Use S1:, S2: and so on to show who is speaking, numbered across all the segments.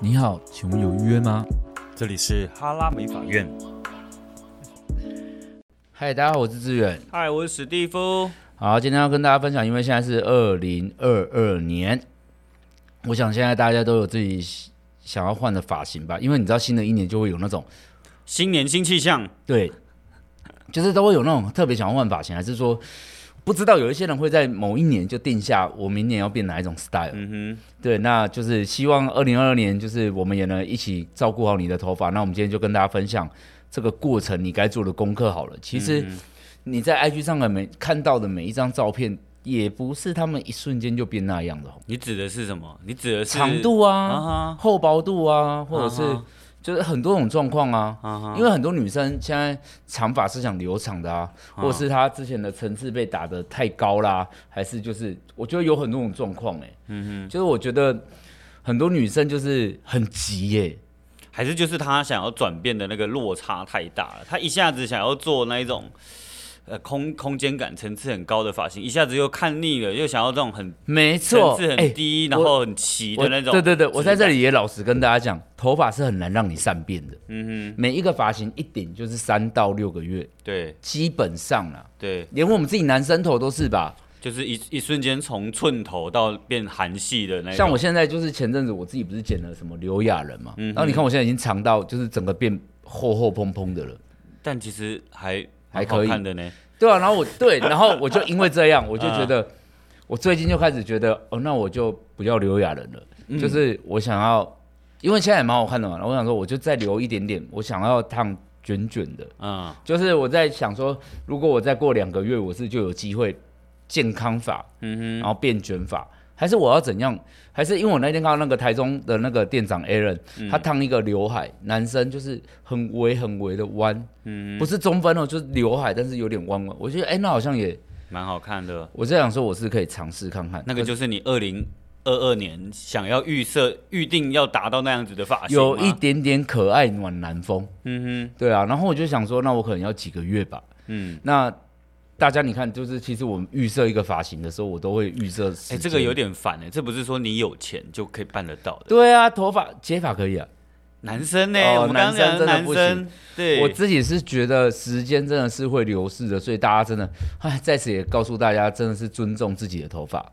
S1: 你好，请问有预约吗？
S2: 这里是哈拉美法院。
S1: 嗨，大家好，我是志远。
S2: 嗨，我是史蒂夫。
S1: 好，今天要跟大家分享，因为现在是二零二二年，我想现在大家都有自己想要换的发型吧，因为你知道新的一年就会有那种
S2: 新年新气象，
S1: 对，就是都会有那种特别想要换发型，还是说不知道有一些人会在某一年就定下我明年要变哪一种 style。
S2: 嗯
S1: 对，那就是希望二零二二年，就是我们也能一起照顾好你的头发。那我们今天就跟大家分享这个过程，你该做的功课好了。其实
S2: 嗯
S1: 你在 IG 上的每看到的每一张照片，也不是他们一瞬间就变那样的哦，
S2: 哼，你指的是什么？你指的是
S1: 长度
S2: 啊
S1: 啊、
S2: 哈
S1: 厚薄度啊，或者是
S2: 啊哈
S1: 就是很多种状况啊。
S2: 啊哈，
S1: 因为很多女生现在长发是想留长的啊，
S2: 啊
S1: 或者是她之前的层次被打得太高啦，还是就是我觉得有很多种状况哎，嗯哼，就是我觉得很多女生就是很急欸耶、
S2: 还是就是他想要转变的那个落差太大了，他一下子想要做那一种。呃，空空间感层次很高的发型，一下子又看腻了，又想要这种很
S1: 没
S2: 层
S1: 错，
S2: 次
S1: 哎
S2: 很低，
S1: 我
S2: 然后很齐
S1: 我
S2: 的那种。
S1: 对对对，我在这，里也老实跟大家讲，头发是很难让你善变的，
S2: 嗯
S1: 每一个发型一顶就是三到六个月，
S2: 哼，对
S1: 基本上啦，
S2: 对，
S1: 连我们自己男生头都是吧，
S2: 就是一一瞬间从寸头到变韩系的那种。
S1: 像我现在就是前阵子我自己不是剪了什么刘亚人嘛，然后你看我现在已经长到就是整个变厚厚蓬蓬的了，
S2: 但其实还
S1: 还
S2: 蛮好
S1: 可以
S2: 看的呢。
S1: 对啊，然后我对，然后我就因为这样，我就觉得 我最近就开始觉得哦，那我就不要刘亚人了，就是我想要，因为现在也蛮好看的嘛，然后我想说我就再留一点点，我想要烫卷卷的，
S2: 嗯，
S1: 就是我在想说，如果我再过两个月，我是就有机会健康法，嗯哼，然后变卷法，还是我要怎样？还是因为我那天看到那个台中的那个店长 Aaron，、他
S2: 嗯
S1: 烫一个刘海，男生就是很微很微的弯，嗯，不是中分哦，就是刘海，但是有点弯弯。我觉得哎、那好像也，
S2: 蛮好看的。
S1: 我在想说我是可以尝试看看
S2: 那个就是你二零二二年想要预设、预定要达到那样子的发型啊吗
S1: 有一，点点可爱暖男风，
S2: 嗯
S1: 对啊。然后我就想说，那我可能要几个月吧。
S2: 哼，嗯，
S1: 那大家你看，就是其实我们预设一个发型的时候，我都会预设时
S2: 哎、
S1: 间。
S2: 这个有点烦哎、这不是说你有钱就可以办得到的。
S1: 对啊，头发接发可以啊。
S2: 男生呢、
S1: 哦
S2: 我们刚刚讲
S1: 男生真的
S2: 男
S1: 不
S2: 生，对，
S1: 我自己是觉得时间真的是会流逝的，所以大家真的，哎，在此也告诉大家，真的是尊重自己的头发。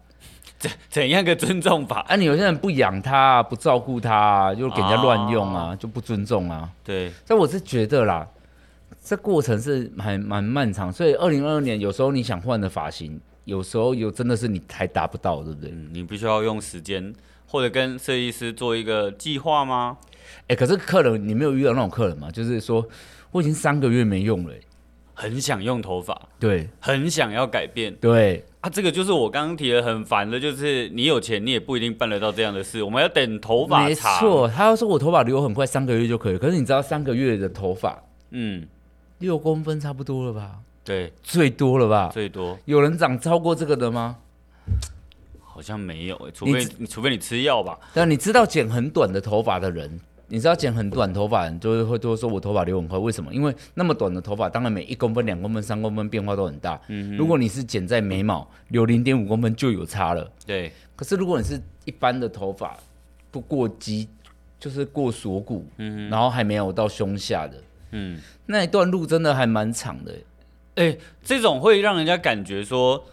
S2: 怎 怎样个尊重法？
S1: 啊，你有些人不养它、啊，不照顾它、啊，就给人家乱用啊，
S2: 哦
S1: 就不尊重啊。
S2: 对，
S1: 但我是觉得啦，这过程是还蛮漫长，所以二零二二年有时候你想换的发型，有时候有真的是你还达不到，对不对？
S2: 嗯，你必须要用时间或者跟设计师做一个计划吗？
S1: 哎、可是客人你没有遇到那种客人吗？就是说我已经三个月没用了、欸
S2: 很想用头发，
S1: 对
S2: 很想要改变，
S1: 对，
S2: 啊，这个就是我刚刚提的很烦的，就是你有钱你也不一定办得到这样的事，我们要等头发
S1: 没
S2: 长。
S1: 错，他要说我头发留很快，三个月就可以。可是你知道三个月的头发
S2: 嗯，
S1: 六公分差不多了吧？
S2: 对，
S1: 最多了吧？
S2: 最多
S1: 有人长超过这个的吗？
S2: 好像没有、欸，除
S1: 你
S2: 非
S1: 只
S2: 你除非你吃药吧。
S1: 但你知道剪很短的头发的人，你知道剪很短头发的人就是会都会说我头发留很快，为什么？因为那么短的头发，当然每一公分、两公分、三公分变化都很大。
S2: 嗯
S1: 如果你是剪在眉毛，留零点五公分就有差了。
S2: 对，
S1: 可是如果你是一般的头发，不过肌，就是过锁骨，然后还没有到胸下的，
S2: 嗯，
S1: 那一段路真的还蛮长的欸。
S2: 哎、这种会让人家感觉说，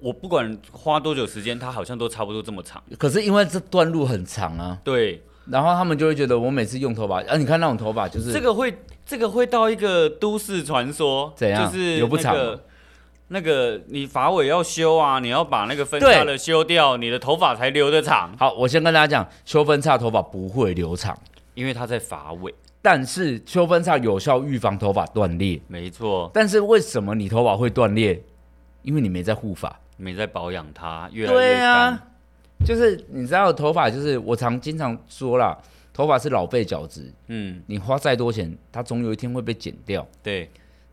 S2: 我不管花多久时间，它好像都差不多这么长。
S1: 可是因为这段路很长啊，
S2: 对，
S1: 然后他们就会觉得我每次用头发，啊，你看那种头发就是
S2: 这个会这个会到一个都市传说，
S1: 怎样
S2: 就是
S1: 留不
S2: 那
S1: 长
S2: 个
S1: 吗
S2: 那个你发尾要修啊，你要把那个分
S1: 对
S2: 叉的修掉，你的头发才留得长，
S1: 好，我先跟大家讲，修分叉头发不会留长，
S2: 因为它在发尾。
S1: 但是修分叉有效预防头发断裂。
S2: 没错，
S1: 但是为什么你头发会断裂？因为你没在护发。
S2: 没在保养它，越来越
S1: 对
S2: 干。
S1: 啊，就是你知道头发，就是我常经常说啦，头发是老废角质，
S2: 嗯，
S1: 你花再多钱，它总有一天会被剪掉。
S2: 对，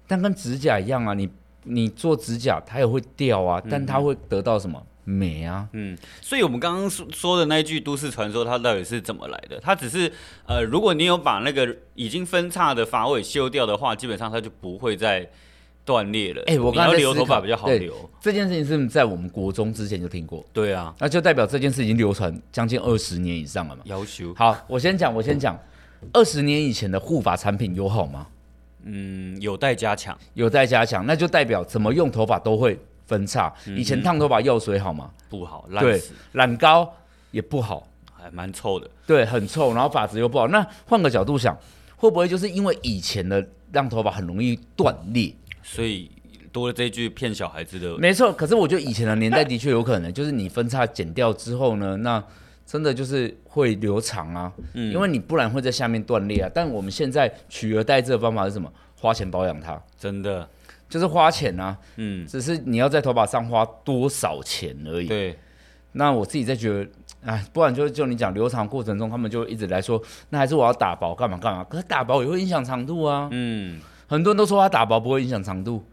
S1: 但跟指甲一样啊，你你做指甲它也会掉啊，但它会得到什么美啊？
S2: 嗯，所以我们刚刚说说的那一句都市传说，它到底是怎么来的？它只是呃，如果你有把那个已经分叉的发尾修掉的话，基本上它就不会再断裂了。
S1: 哎我
S2: 你
S1: 刚才
S2: 要
S1: 在
S2: 留
S1: 思
S2: 头发
S1: 考
S2: 比较好
S1: 对
S2: 留。
S1: 这件事情是在我们国中之前就听过，
S2: 对啊，
S1: 那就代表这件事已经流传将近二十年以上了嘛。
S2: 要求
S1: 好，我先讲，我先讲，二十年以前的护发产品有好吗？
S2: 嗯有待加强。
S1: 有待加强，那就代表怎么用头发都会分叉。以前烫头发药水好吗？
S2: 不好，烂
S1: 对
S2: 死，，
S1: 染膏也不好，
S2: 还蛮臭的。
S1: 对，很臭，然后发质又不好。那换个角度想，会不会就是因为以前的让头发很容易断裂？
S2: 所以多了这一句骗小孩子的，
S1: 没错，可是我觉得以前的年代的确有可能，就是你分叉剪掉之后呢，那真的就是会留长啊，因为你不然会在下面断裂啊。但我们现在取而代之的方法是什么？花钱保养它，
S2: 真的，
S1: 就是花钱啊，
S2: 嗯，
S1: 只是你要在头发上花多少钱而已。
S2: 对，
S1: 那我自己在觉得，哎，不然就就你讲留长过程中，他们就一直来说，那还是我要打薄干嘛干嘛。可是打薄也会影响长度啊，
S2: 嗯，
S1: 很多人都说他打薄不会影响长度，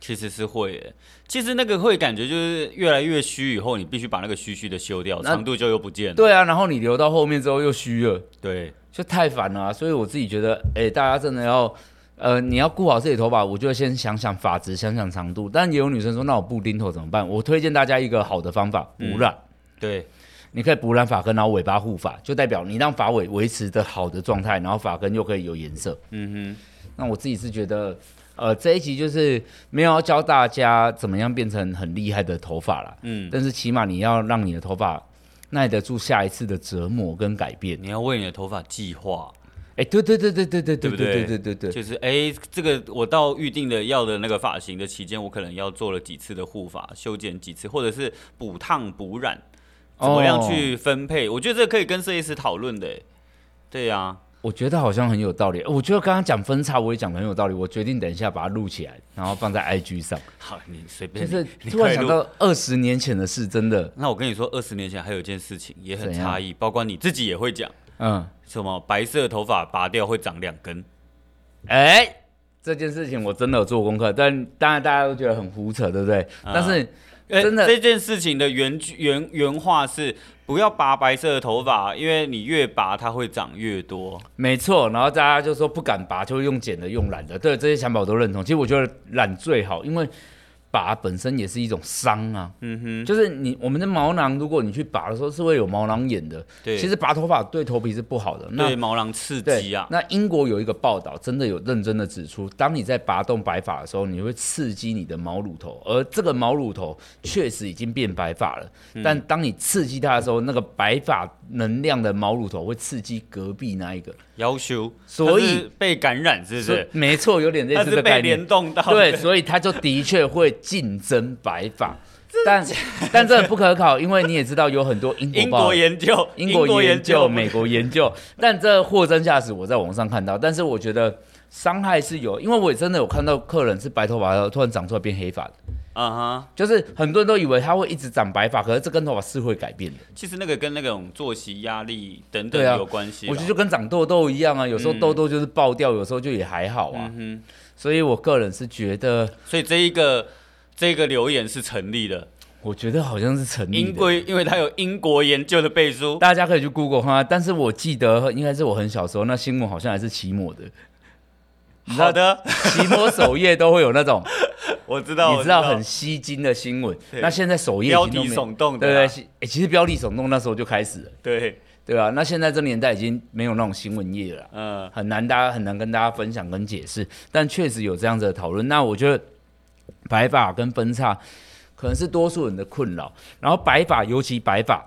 S2: 其实是会耶，其实那个会感觉就是越来越虚，以后你必须把那个虚虚的修掉，
S1: 那
S2: 长度就又不见了。
S1: 对啊，然后你留到后面之后又虚了，
S2: 对，
S1: 就太烦了啊、所以我自己觉得，哎、大家真的要。呃，你要顾好自己头发，我就先想想发质，想想长度。但也有女生说，那我不丁头怎么办？我推荐大家一个好的方法，补染。
S2: 对，
S1: 你可以补染发根，然后尾巴护发，就代表你让发尾维持的好的状态，然后发根又可以有颜色。嗯哼，那我自己是觉得，呃，这一集就是没有要教大家怎么样变成很厉害的头发啦，
S2: 嗯，
S1: 但是起码你要让你的头发耐得住下一次的折磨跟改变。
S2: 你要为你的头发计划，
S1: 哎、对对对对对对
S2: 对
S1: 对
S2: 不
S1: 对
S2: 对
S1: 对对对，
S2: 就是哎，这个我到预定的要的那个发型的期间，我可能要做了几次的护发、修剪几次，或者是补烫、补染，怎么样
S1: 哦
S2: 去分配？我觉得这可以跟设计师讨论的耶。对呀、啊，
S1: 我觉得好像很有道理。哦我觉得刚刚讲分叉，我也讲得很有道理。我决定等一下把它录起来，然后放在 IG 上。
S2: 好，你随便
S1: 就
S2: 你，
S1: 是
S2: 你
S1: 突然
S2: 快
S1: 想
S2: 录
S1: 到二十年前的事，真的，
S2: 那我跟你说，二十年前还有一件事情也很
S1: 怎样
S2: 差异，包括你自己也会讲，
S1: 嗯。
S2: 什么白色头发拔掉会长两根，
S1: 哎、这件事情我真的有做功课，但当然大家都觉得很胡扯，对不对？但是
S2: 呃
S1: 真的
S2: 这件事情的原句原原话是不要拔白色的头发，因为你越拔它会长越多。
S1: 没错，然后大家就说不敢拔，就用剪的，用染的，对这些想法我都认同。其实我觉得染最好，因为拔本身也是一种伤啊，
S2: 嗯哼，
S1: 就是你我们的毛囊，如果你去拔的时候是会有毛囊炎的，
S2: 对，
S1: 其实拔头发对头皮是不好的。那
S2: 对毛囊刺
S1: 对
S2: 激啊，
S1: 那英国有一个报道，真的有认真的指出，当你在拔动白发的时候，你会刺激你的毛乳头，而这个毛乳头确实已经变白发了。
S2: 嗯
S1: 但当你刺激它的时候，那个白发能量的毛乳头会刺激隔壁那一个，
S2: 要求，
S1: 所
S2: 它
S1: 以
S2: 是被感染是不是？
S1: 没错，有点类
S2: 它
S1: 似
S2: 是
S1: 的
S2: 被
S1: 概念
S2: 联。动到的，
S1: 对，所以它就的确会竞争白发，但 但这很不可考，因为你也知道有很多英国
S2: 英
S1: 报
S2: 国研究，
S1: 英国研究、
S2: 美
S1: 美国研究， 但这货真价实，我在网上看到。但是我觉得伤害是有，因为我也真的有看到客人是白头发，然后突然长出来变黑发的，
S2: 啊哈。
S1: 就是很多人都以为他会一直长白发，可是这根头发是会改变的。
S2: 其实那个跟那种作息压力等等
S1: 对啊
S2: 有关系啦。
S1: 我觉得就跟长痘痘一样啊，有时候痘痘就是爆掉，有时候就也还好啊。
S2: 嗯
S1: 所以我个人是觉得，
S2: 哼，所以这一个这个留言是成立的，
S1: 我觉得好像是成立
S2: 因
S1: 的。
S2: 为因为它有英国研究的背书。
S1: 大家可以去 Google 看啊看，但是我记得应该是我很小时候，那新闻好像还是期末的，你知道
S2: 好的，
S1: 期末首页都会有那种
S2: 我知道，
S1: 你
S2: 我
S1: 知道很吸睛的新闻。
S2: 对
S1: 那现在首页已
S2: 标
S1: 经都
S2: 题
S1: 没
S2: 耸动
S1: 对
S2: 的啊
S1: 对
S2: 啦，
S1: 其、诶其实标题耸动那时候就开始了，
S2: 对，
S1: 对啊吧、那现在这个年代已经没有那种新闻业了啦，
S2: 嗯，
S1: 很难大家很难跟大家分享跟解释，但确实有这样子的讨论。那我觉得白发跟分叉可能是多数人的困扰，然后白发尤其白发，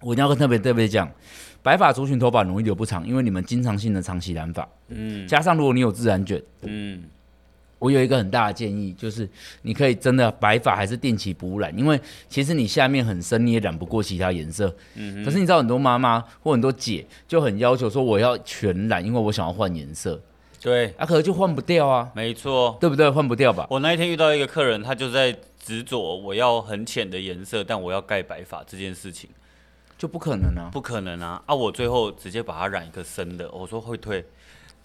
S1: 我一定要跟特别特别讲。白发族群头发容易留不长，因为你们经常性的长期染发，嗯，加上如果你有自然卷，
S2: 嗯，
S1: 我有一个很大的建议，就是你可以真的白发还是定期补染，因为其实你下面很深，你也染不过其他颜色。
S2: 嗯
S1: 可是你知道很多妈妈或很多姐就很要求说我要全染，因为我想要换颜色，
S2: 对，
S1: 啊，可是就换不掉啊，
S2: 没错。
S1: 对不对？换不掉吧？
S2: 我那一天遇到一个客人，他就在执着我要很浅的颜色，但我要盖白发这件事情，
S1: 就不可能啊。
S2: 不可能啊！啊，我最后直接把它染一个深的，我说会退，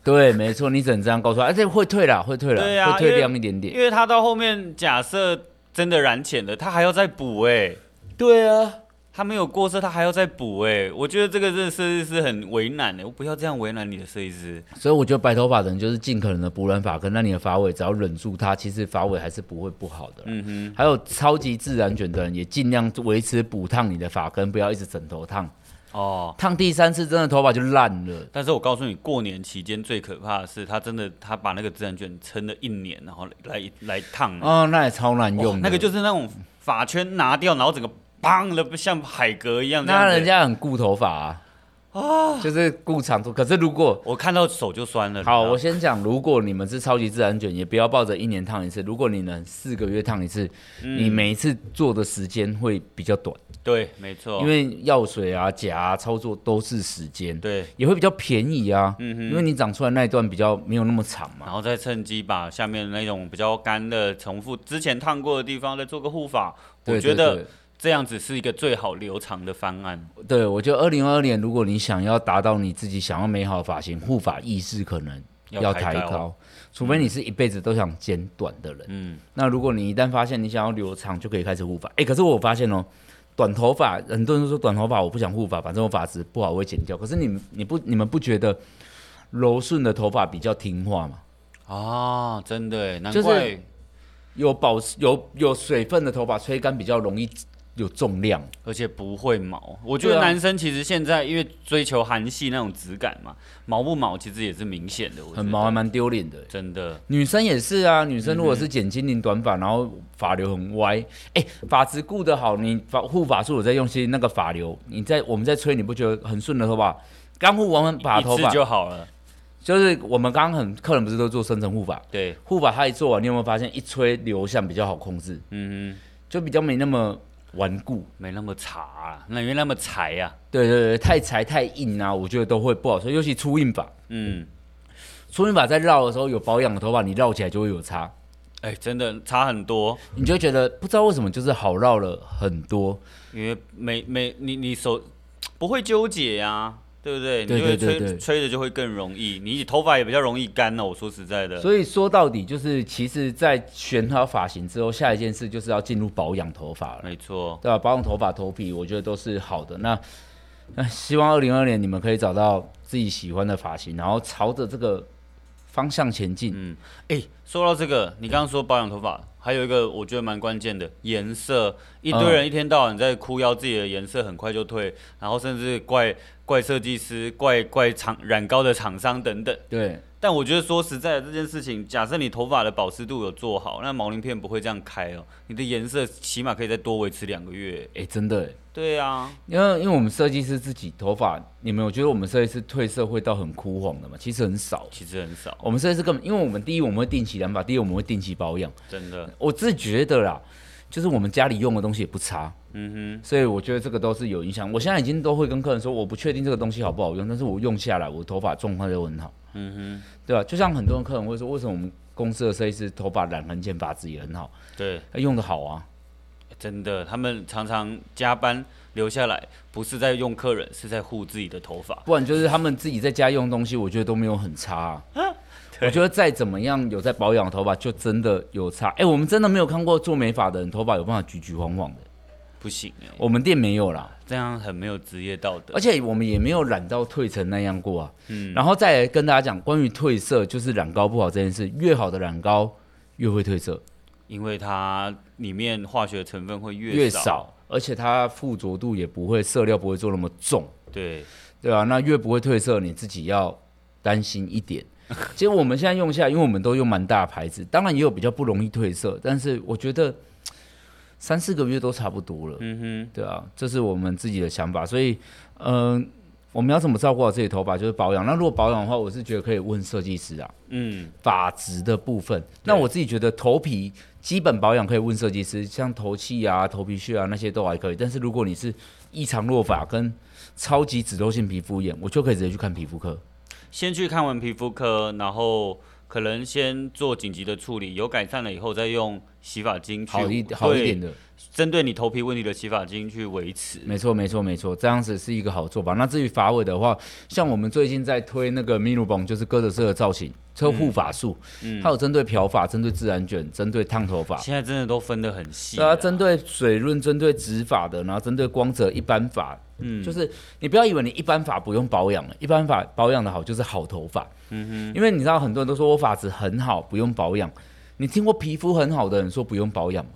S1: 对，没错，你只能这样告诉他，而且会退啦，会退啦，
S2: 对啊
S1: 会退
S2: 因为
S1: 亮一点点。
S2: 因为他到后面假设真的染浅了，他还要再补哎、
S1: 对啊，
S2: 他没有过色，他还要再补哎、我觉得这个真的设计师很为难哎、我不要这样为难你的设计师。
S1: 所以我觉得白头发的人就是尽可能的补染发根，那你的发尾只要忍住它，其实发尾还是不会不好的。嗯哼。还有超级自然卷的人也尽量维持补烫你的发根，不要一直枕头烫，
S2: 哦，
S1: 烫第三次真的头发就烂了。
S2: 但是我告诉你，过年期间最可怕的是，他真的他把那个自然卷撑了一年，然后来来烫、
S1: 哦，那也超难用
S2: 哇
S1: 的。
S2: 那个就是那种发圈拿掉，然后整个砰的像海格一样这样
S1: 那
S2: 子。
S1: 人家很顾头发啊，就是顾长度。可是如果
S2: 我看到手就酸了。
S1: 好，
S2: 你知道
S1: 我先讲，如果你们是超级自然卷，也不要抱着一年烫一次。如果你能四个月烫一次，你每一次做的时间会比较短，
S2: 对，没错，
S1: 因为药水啊、夹啊、操作都是时间，
S2: 对，嗯
S1: 也会比较便宜啊。因为你长出来那一段比较没有那么长嘛。
S2: 然后再趁机把下面那种比较干的、重复之前烫过的地方再做个护发，我
S1: 对
S2: 觉
S1: 对
S2: 得这样子是一个最好留长的方案。
S1: 对对，我觉得二零二二年，如果你想要达到你自己想要美好的发型，护发意识可能
S2: 要
S1: 要
S2: 抬
S1: 抬
S2: 高
S1: 高，除非你是一辈子都想剪短的人。
S2: 嗯，
S1: 那如果你一旦发现你想要留长，就可以开始护发。哎、可是我发现哦，短头发，很多人都说短头发我不想护发，反正我发质不好我会剪掉。可是你们你不你们不觉得柔顺的头发比较听话吗？
S2: 啊，真的耶，难
S1: 就是
S2: 怪、
S1: 有保有有水分的头发吹干比较容易有重量。
S2: 而且不会毛。我觉得
S1: 对啊
S2: 男生其实现在因为追求韩系那种质感嘛，毛不毛其实也是明显的。我觉
S1: 很
S2: 得
S1: 毛，还，蛮丢脸的。
S2: 真的。
S1: 女生也是啊，女生如果是剪精灵短发，然后发流很歪，哎、发质顾得好，你发护发素我在用，其实那个发流，你在我们在吹，你不觉得很顺的头发？刚护完把头
S2: 一
S1: 发
S2: 次，就好了。
S1: 就是我们刚刚很客人不是都做深层护发，
S2: 对，
S1: 护发它一做完，你有没有发现一吹流向比较好控制，
S2: 嗯
S1: 就比较没那么顽固。
S2: 哼，没那么茶、啊，那没那么柴啊。
S1: 对对对，太柴太硬啊，我觉得都会不好吹，尤其粗硬发，
S2: 嗯，
S1: 粗硬发在绕的时候有保养的头发，你绕起来就会有差。
S2: 哎、真的差很多，
S1: 你就会觉得不知道为什么就是好绕了很多，
S2: 因为没没你你手不会纠结啊，对不对？你
S1: 对
S2: 就会
S1: 对对
S2: 吹
S1: 对
S2: 吹的就会更容易，你头发也比较容易干哦。我说实在的，
S1: 所以说到底就是，其实，在选好发型之后，下一件事就是要进入保养头发了，
S2: 没错，
S1: 对吧？保养头发、头皮，我觉得都是好的。那那希望二零二年你们可以找到自己喜欢的发型，然后朝着这个方向前进。
S2: 哎、说到这个，你刚刚说保养头发，还有一个我觉得蛮关键的颜色。一堆人一天到晚在哭腰自己的颜色很快就退，然后甚至怪怪设计师、怪怪厂染膏的厂商等等。
S1: 对，
S2: 但我觉得说实在的，这件事情，假设你头发的保湿度有做好，那毛鳞片不会这样开哦。你的颜色起码可以再多维持两个月。
S1: 哎，真的耶，
S2: 对啊，
S1: 因为因为我们设计师自己头发，你们有觉得我们设计师褪色会到很枯黄的吗？其实很少。
S2: 其实很少，
S1: 我们设计师根本，因为我们第一我们会定期染发，第二我们会定期保养。
S2: 真的。
S1: 我自己觉得啦，就是我们家里用的东西也不差，
S2: 嗯
S1: 所以我觉得这个都是有影响。我现在已经都会跟客人说，我不确定这个东西好不好用，但是我用下来，我头发状况就很好，
S2: 哼，嗯
S1: 对啊吧、就像很多人客人会说，为什么我们公司的设计师头发染很浅，发质也很好，
S2: 哼，对。
S1: 他用的好啊，
S2: 真的，他们常常加班留下来，不是在用客人，是在护自己的头发。
S1: 不然就是他们自己在家用东西，我觉得都没有很差、 啊。我觉得再怎么样有在保养的头发，就真的有差。哎、我们真的没有看过做美发的人头发有办法橘橘黄黄的，
S2: 不行哎、
S1: 我们店没有啦。
S2: 这样很没有职业道德
S1: 而。且我们也没有染到褪成那样过啊。
S2: 嗯
S1: 然后再来跟大家讲关于褪色，就是染膏不好这件事，越好的染膏越会褪色，
S2: 因为它里面化学成分会越
S1: 越少，而且它附着度也不会，色料不会做那么重，
S2: 对，
S1: 对吧、那越不会褪色，你自己要担心 一点。其实我们现在用下来，因为我们都用蛮大的牌子，当然也有比较不容易褪色，但是我觉得三四个月都差不多了。
S2: 嗯
S1: 对啊，这是我们自己的想法，所以，嗯、我们要怎么照顾好自己的头发，就是保养。那如果保养的话，我是觉得可以问设计师啊，
S2: 哼，嗯，
S1: 发质的部分。那我自己觉得头皮基本保养可以问设计师，像头气啊、头皮屑啊那些都还可以。但是如果你是异常落发跟超级脂漏性皮肤炎，我就可以直接去看皮肤科。
S2: 先去看完皮肤科，然后可能先做紧急的处理，有改善了以后再用洗发精去
S1: 好一好一点
S2: 对
S1: 的，嗯
S2: 针对你头皮问题的洗发精去维持。
S1: 没错没错没错，这样子是一个好做法。那至于发尾的话，像我们最近在推那个米鲁邦，就是哥德式的造型，车护发术，它有针对漂发、针对自然卷、针对烫头发，
S2: 现在真的都分得很细
S1: 对
S2: 啊，
S1: 啊，针对水润、针对直发的，然后针对光泽一般发，嗯，就是你不要以为你一般发不用保养了，一般发保养的好就是好头发，嗯哼，因为你知道很多人都说我发质很好，不用保养，你听过皮肤很好的人说不用保养吗？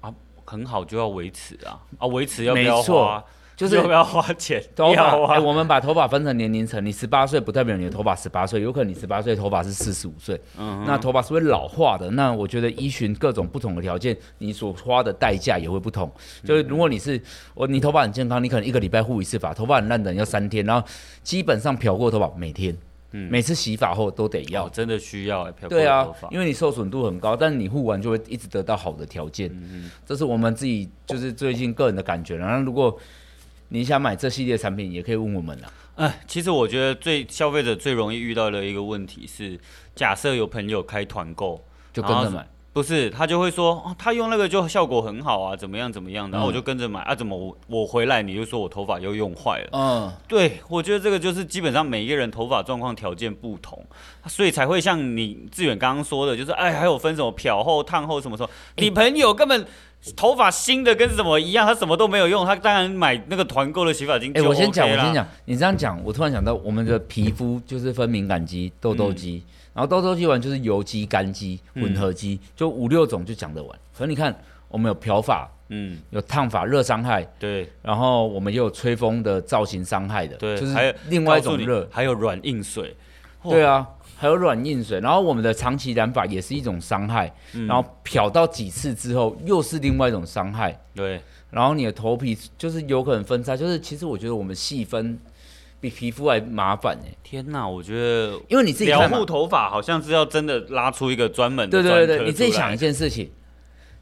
S2: 啊，很好就要维持啊啊，维持要不
S1: 没
S2: 要
S1: 错
S2: 花？
S1: 就 是
S2: 要不要花钱？
S1: 头发
S2: 要，
S1: 哎、
S2: 啊，
S1: 我们把头发分成年龄层，你十八岁不代表你的头发十八岁，有可能你十八岁头发是四十五岁，
S2: 嗯
S1: 那头发是会老化的。那我觉得依循各种不同的条件，你所花的代价也会不同。
S2: 嗯
S1: 就是如果你是我，你头发很健康，你可能一个礼拜护一次发；头发很烂的人要三天，然后基本上漂过头发每天，
S2: 嗯
S1: 每次洗发后都得要
S2: 要。真的需要哎，漂
S1: 对
S2: 过
S1: 啊
S2: 头发，
S1: 因为你受损度很高，但你护完就会一直得到好的条件。
S2: 嗯
S1: 这是我们自己就是最近个人的感觉了。然后如果你想买这系列产品，也可以问我们啦。
S2: 哎，其实我觉得最消费者最容易遇到的一个问题是，假设有朋友开团购，
S1: 就跟着买。
S2: 不是他就会说、哦，他用那个就效果很好啊，怎么样怎么
S1: 嗯
S2: 样的，然后我就跟着买啊，怎么我我回来你就说我头发又用坏了？
S1: 嗯，
S2: 对，我觉得这个就是基本上每一个人头发状况条件不同，啊所以才会像你志远刚刚说的，就是哎，还有分什么漂后、烫后什么什么，
S1: 哎
S2: 你朋友根本。头发新的跟什么一样，他什么都没有用，他当然买那个团购的洗发精
S1: 哎、
S2: 就 OK 啦。
S1: 我先讲，我先讲，你这样讲，我突然想到，我们的皮肤就是分敏感肌、痘痘肌，
S2: 嗯
S1: 然后痘痘肌完就是油肌、干肌、混合肌，就五六种就讲得完。可是你看，我们有漂发，
S2: 嗯，
S1: 有烫发、热伤害，
S2: 对。
S1: 然后我们也有吹风的造型伤害的，
S2: 对，
S1: 就是
S2: 还有
S1: 另外一
S2: 告诉
S1: 种
S2: 你
S1: 热，
S2: 还有软硬水，嚯
S1: 对啊。还有软硬水，然后我们的长期染发也是一种伤害，
S2: 嗯
S1: 然后漂到几次之后又是另外一种伤害，
S2: 对，
S1: 然后你的头皮就是有可能分叉，就是其实我觉得我们细分比皮肤还麻烦哎、
S2: 天哪，我觉得
S1: 因为你自己
S2: 疗
S1: 看嘛
S2: 护，头发好像是要真的拉出一个专门的
S1: 对对对
S2: 专科
S1: 对，你自己
S2: 出来
S1: 想一，件事情，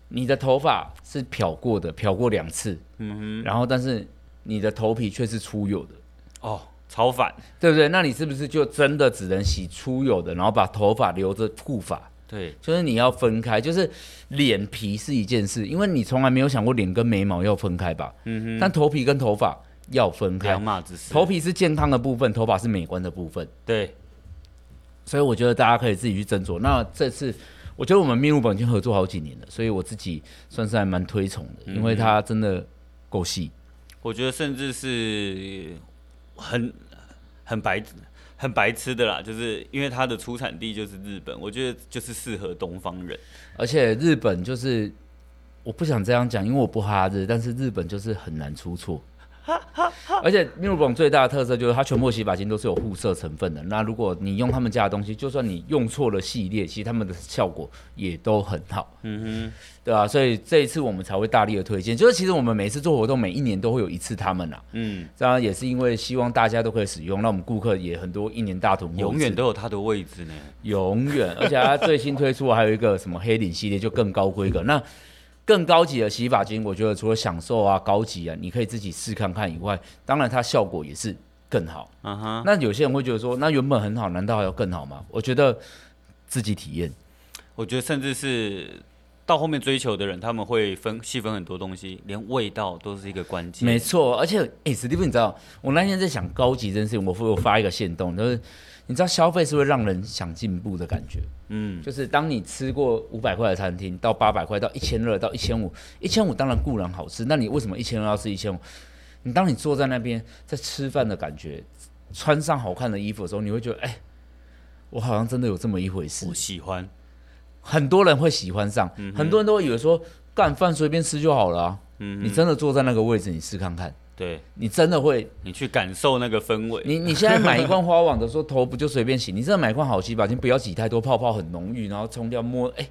S1: 你的头发是漂过的，漂过两次，
S2: 嗯
S1: 然后但是你的头皮却是出油的，
S2: 哼，哦，超反，
S1: 对不对？那你是不是就真的只能洗出油的，然后把头发留着护发？
S2: 对，
S1: 就是你要分开，就是脸皮是一件事，因为你从来没有想过脸跟眉毛要分开吧？嗯哼，但头皮跟头发要分开
S2: 两，码子事，
S1: 头皮是健康的部分，头发是美观的部分，
S2: 对，
S1: 所以我觉得大家可以自己去斟酌。那这次我觉得我们秘鲁本已经合作好几年了，所以我自己算是还蛮推崇的，因为它真的够细。
S2: 我觉得甚至是很很白很白痴的啦，就是因为它的出产地就是日本，我觉得就是适合东方人，
S1: 而且日本就是我不想这样讲，因为我不哈日，但是日本就是很难 出错。而且秘鲁本最大的特色就是它全部的洗发精都是有护色成分的。那如果你用他们家的东西，就算你用错了系列，其实他们的效果也都很好。
S2: 嗯
S1: 对啊，所以这一次我们才会大力的推荐。就是其实我们每次做活动，每一年都会有一次他们啦。啊
S2: 哼，嗯，
S1: 当然也是因为希望大家都可以使用，那我们顾客也很多，一年大囤货一次，
S2: 永远都有它的位置呢，
S1: 永远。而且它最新推出的还有一个什么黑领系列，就更高规格。那更高级的洗发精，我觉得除了享受啊、高级啊，你可以自己试看看以外，当然它效果也是更好。
S2: 嗯哼。
S1: 那有些人会觉得说，那原本很好，难道还要更好吗？我觉得自己体验。
S2: 我觉得甚至是到后面追求的人，他们会分细分很多东西，连味道都是一个关键。
S1: 没错，而且哎，史蒂夫，你知道我那天在想高级这件事情，我我发一个线动，就是你知道消费是会让人想进步的感觉，
S2: 嗯，
S1: 就是当你吃过五百块的餐厅，到八百块，到一千二，到一千五，一千五当然固然好吃，那你为什么一千二要吃一千五？你当你坐在那边在吃饭的感觉，穿上好看的衣服的时候，你会觉得哎。我好像真的有这么一回事
S2: 我，嗯喜欢。
S1: 很多人会喜欢上，很多人都会以为说干饭随便吃就好了、啊。
S2: 嗯
S1: 你真的坐在那个位置，你试看看，
S2: 对
S1: 你真的会
S2: 你去感受那个氛围。
S1: 你你现在买一罐花网的时候，头不就随便洗？你真的买一罐好洗发精，不要挤太多，泡泡很浓郁，然后冲掉摸，哎、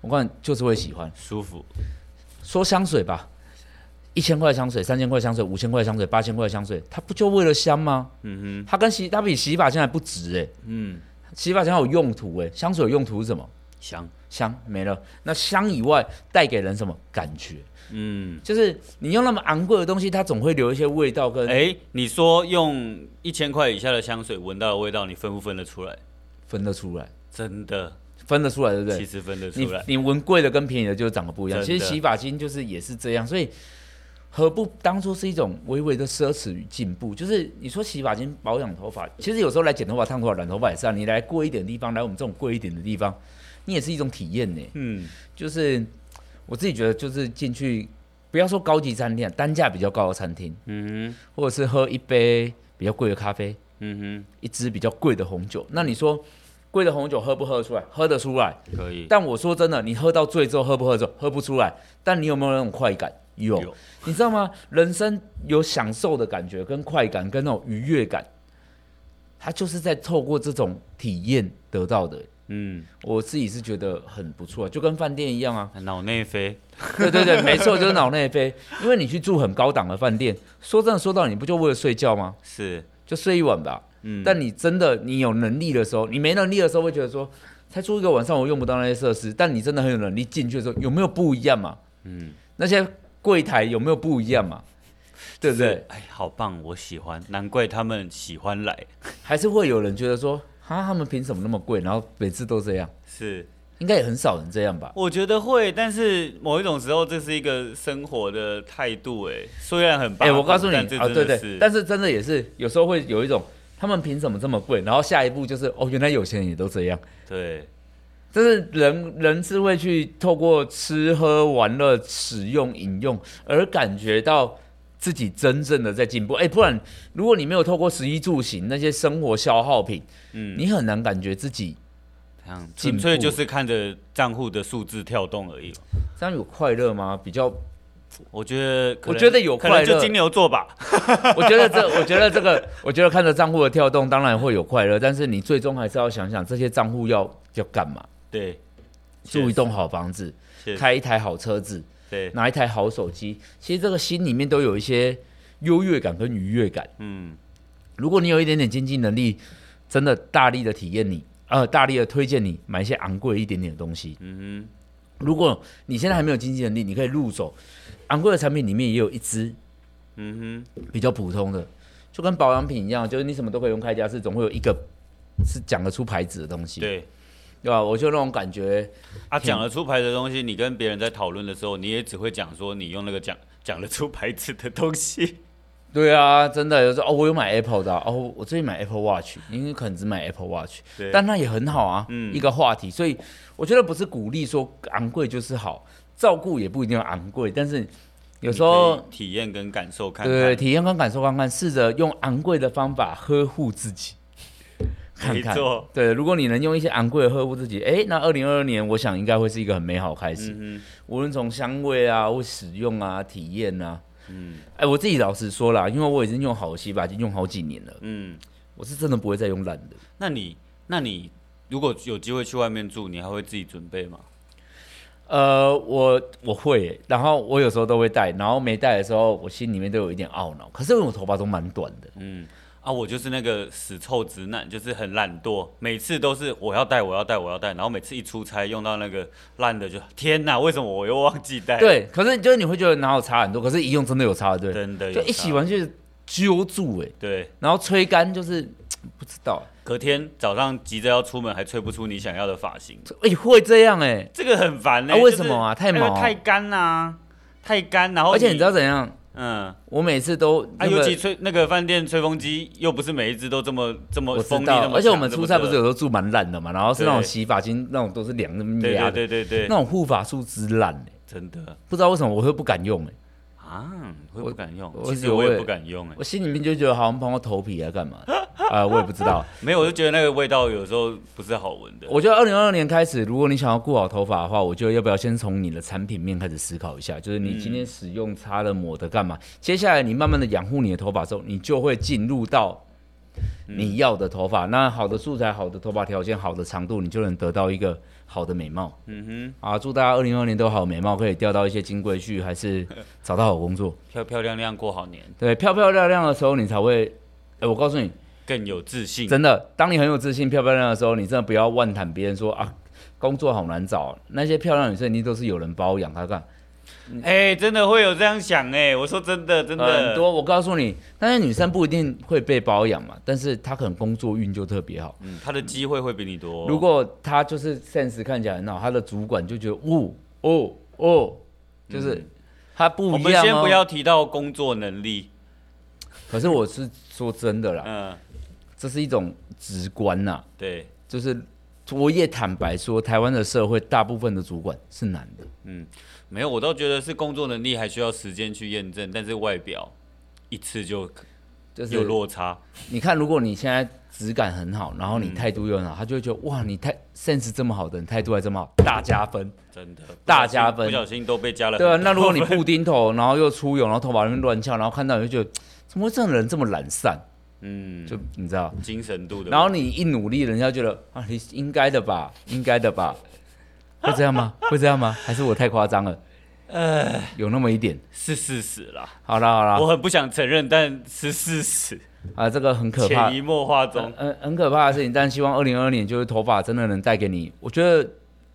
S1: 我告诉你，就是会喜欢。
S2: 舒服，
S1: 说香水吧，一千块香水、三千块香水、五千块香水、八千块香水，它不就为了香吗？
S2: 嗯
S1: 它跟洗它比洗发精还不值哎、
S2: 哼，嗯，
S1: 洗发精还有用途哎、香水有用途是什么？
S2: 香，
S1: 香没了，那香以外带给人什么感觉？
S2: 嗯，
S1: 就是你用那么昂贵的东西，它总会留一些味道跟
S2: 哎、你说用一千块以下的香水闻到的味道，你分不分得出来？
S1: 分得出来，
S2: 真的，
S1: 分得出来对不对
S2: 其？实分得
S1: 你
S2: 出来。
S1: 你闻贵的跟便宜的就长得不一样。
S2: 真
S1: 其
S2: 的
S1: 实洗发精就是也是这样，所以何不当初是一种微微的奢侈与进步？就是你说洗发精保养头发，其实有时候来剪头发、烫头发、染头发也是啊。你来贵一点的地方，来我们这种贵一点的地方，你也是一种体验呢。
S2: 嗯，
S1: 就是我自己觉得，就是进去不要说高级餐厅啊，单价比较高的餐厅，
S2: 嗯
S1: 或者是喝一杯比较贵的咖啡，
S2: 哼，嗯
S1: 一支比较贵的红酒。那你说贵的红酒喝不喝得出来？喝得出来。
S2: 哼，可以。
S1: 但我说真的，你喝到醉之后喝不喝得出来？喝不出来。但你有没有那种快感？有，
S2: 有
S1: 你知道吗？人生有享受的感觉、跟快感、跟那种愉悦感，它就是在透过这种体验得到的。
S2: 嗯，
S1: 我自己是觉得很不错，就跟饭店一样啊。
S2: 脑内飞，
S1: 对对对，没错，就是脑内飞。因为你去住很高档的饭店，说真的，说到你不就为了睡觉吗？
S2: 是，
S1: 就睡一晚吧。
S2: 嗯，
S1: 但你真的你有能力的时候，你没能力的时候会觉得说，才住一个晚上我用不到那些设施。但你真的很有能力进去的时候，有没有不一样嘛？
S2: 嗯，
S1: 那些柜台有没有不一样嘛？对不对
S2: 是？？哎，好棒，我喜欢，难怪他们喜欢来。
S1: 还是会有人觉得说，哈，他们凭什么那么贵？然后每次都这样，
S2: 是，
S1: 应该也很少人这样吧？
S2: 我觉得会，但是某一种时候，这是一个生活的态度。哎，虽然很棒，
S1: 哎、我告诉你
S2: 但这
S1: 啊，
S2: 真
S1: 对
S2: 的
S1: 对，
S2: 是，
S1: 但是真的也是有时候会有一种，他们凭什么这么贵？然后下一步就是，哦，原来有钱人也都这样。
S2: 对，
S1: 但是人人是会去透过吃喝玩乐、使用饮用而感觉到自己真正的在进步。哎、不然如果你没有透过食衣住行那些生活消耗品，
S2: 嗯，
S1: 你很难感觉自己
S2: 这样嗯
S1: 进
S2: 纯
S1: 步
S2: 粹就是看着账户的数字跳动而已。
S1: 这样有快乐吗？比较，
S2: 我觉得可能，
S1: 我觉得有
S2: 可能
S1: 快乐
S2: 就金牛座吧。
S1: 我觉得这，我觉得这个，我觉得看着账户的跳动，当然会有快乐，但是你最终还是要想想这些账户要要干嘛？
S2: 对，
S1: 住一栋好房子，
S2: 确实
S1: 开一台好车子，
S2: 对，
S1: 拿一台好手机，其实这个心里面都有一些优越感跟愉悦感。
S2: 嗯，
S1: 如果你有一点点经济能力，真的大力的体验你，呃，大力的推荐你买一些昂贵一点点的东西。
S2: 嗯
S1: 如果你现在还没有经济能力，你可以入手昂贵的产品，里面也有一支
S2: 哼，嗯哼，
S1: 比较普通的，就跟保养品一样，就是你什么都可以用开家是总会有一个是讲得出牌子的东西，
S2: 对。
S1: 对吧？我就那种感觉，
S2: 啊，讲得出牌的东西，你跟别人在讨论的时候，你也只会讲说你用那个讲讲得出牌子的东西。
S1: 对啊，真的，有时候哦，我有买 Apple 的啊、哦，我最近买 Apple Watch，因为可能只买 Apple Watch，
S2: 对嗯
S1: 但那也很好啊，一个话题，所以我觉得不是鼓励说昂贵就是好，照顾也不一定要昂贵，但是有时候
S2: 你可以体验跟感受看看，
S1: 对体验跟感受看看，试着用昂贵的方法呵护自己。看
S2: 没
S1: 看
S2: 错，
S1: 对，如果你能用一些昂贵的呵护自己，哎，那二零二二年我想应该会是一个很美好的开始，
S2: 嗯
S1: 无论从香味啊、或使用啊、体验啊，
S2: 哼，嗯
S1: 哎，我自己老实说啦，因为我已经用好的洗发精用好几年了，
S2: 嗯，
S1: 我是真的不会再用烂的。
S2: 那你那你如果有机会去外面住，你还会自己准备吗？
S1: 呃，我我会耶、然后我有时候都会戴，然后没戴的时候，我心里面都有一点懊恼。可是因为我头发都蛮短的，
S2: 嗯。啊，我就是那个死臭直男，就是很懒惰，每次都是我要带，我要带，我要带，然后每次一出差用到那个烂的就，天哪，为什么我又忘记带？，
S1: 对，可是就是你会觉得哪有差很多，可是一用真的有差，对，
S2: 真的有
S1: 就一洗
S2: 差，
S1: 完就是揪住哎、
S2: 对，
S1: 然后吹干就是不知道
S2: 隔天早上急着要出门，还吹不出你想要的发型，
S1: 哎、会这样哎、
S2: 这个很烦呢、欸
S1: 啊为
S2: 就是
S1: 什么啊太
S2: 因为
S1: 毛
S2: 太干啦、太干，然后
S1: 而且你知道，怎样？
S2: 嗯，
S1: 我每次都
S2: 哦啊，
S1: 那
S2: 尤
S1: 个、
S2: 其吹那个饭店吹风机，又不是每一只都这么这么
S1: 我
S2: 锋
S1: 知
S2: 利那
S1: 道，
S2: 么
S1: 而且我们
S2: 强
S1: 出差不是
S2: 这
S1: 有
S2: 么
S1: 时候住蛮烂的嘛，然后是那种
S2: 对
S1: 洗发精那种都是凉那么
S2: 热
S1: 压的，
S2: 对对对对
S1: 那
S2: 对，
S1: 种护发素之烂哎、
S2: 真的
S1: 不知道为什么我会不敢用哎、
S2: 啊，会
S1: 我
S2: 不敢用，
S1: 我
S2: 其实
S1: 有
S2: 我也
S1: 味
S2: 不敢用哎、
S1: 我心里面就觉得好像碰到头皮啊，干嘛？ 啊、我也不知道。
S2: 没有，我就觉得那个味道有时候不是好闻的。
S1: 我觉得二零二二年开始，如果你想要顾好头发的话，我觉得要不要先从你的产品面开始思考一下，就是你今天使用、擦了、抹的干嘛？接下来你慢慢的养护你的头发之后，你就会进入到你要的头发。那好的素材、好的头发条件、好的长度，你就能得到一个好的美貌
S2: 嗯
S1: 啊！祝大家二零二二年都好美貌，可以钓到一些金龟婿，还是找到好工作。
S2: 哼，漂漂亮亮过好年，
S1: 对，漂漂亮亮的时候，你才会。哎、我告诉你，
S2: 更有自信。
S1: 真的，当你很有自信、漂漂亮亮的时候，你真的不要妄谈别人说啊，工作好难找。那些漂亮女生一定都是有人包养她干，
S2: 哎、真的会有这样想哎、我说真的，真的
S1: 很多。我告诉你，那些女生不一定会被包养嘛，但是她可能工作运就特别好。
S2: 嗯，他的机会会比你多。
S1: 如果她就是 sense 哦看起来很好，她的主管就觉得，哦哦哦，就是
S2: 嗯
S1: 它不
S2: 我
S1: 一
S2: 们
S1: 样、哦、
S2: 先不要提到工作能力，
S1: 可是我是说真的啦，
S2: 嗯，
S1: 这是一种直观呐、
S2: 对，
S1: 就是我也坦白说，台湾的社会大部分的主管是男的，
S2: 没有，我倒觉得是工作能力还需要时间去验证，但是外表一次就
S1: 就是
S2: 有落差，
S1: 你看，如果你现在质感很好，然后你态度又
S2: 嗯
S1: 很好，他就会觉得哇，你态 sense 这么好的人，态度还 这么好，大加分。
S2: 真的
S1: 大加分
S2: 不小心都被加了很
S1: 对
S2: 多
S1: 啊，
S2: 分。
S1: 那如果你布丁头，然后又出油，然后头发那边乱翘，然后看到你就觉得怎么会这种人这么懒散？
S2: 嗯，
S1: 就你知道，
S2: 精神度的问题，
S1: 然后你一努力，人家觉得啊，你应该的吧，应该的吧，会这 样吗？会这样吗？还是我太夸张了？呃，有那么一点。
S2: 是事实啦，
S1: 好啦好啦，
S2: 我很不想承认，但是事实，
S1: 啊，这个很可怕
S2: 潜，移默化
S1: 很
S2: 中，
S1: 很很可怕的事情。但希望二零二二年就是头发真的能带给你，我觉得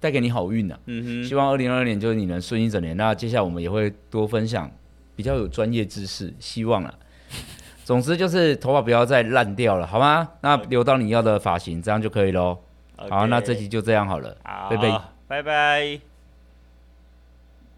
S1: 带给你好运啊。
S2: 嗯
S1: 希望二零二二年就是你能顺一整年。那接下来我们也会多分享比较有专业知识，希望啊。总之就是头发不要再烂掉了，好吗？那留到你要的发型，这样就可以喽。
S2: 哼，
S1: 好，那这
S2: OK
S1: 期就这样好了，拜拜。
S2: 好，拜拜。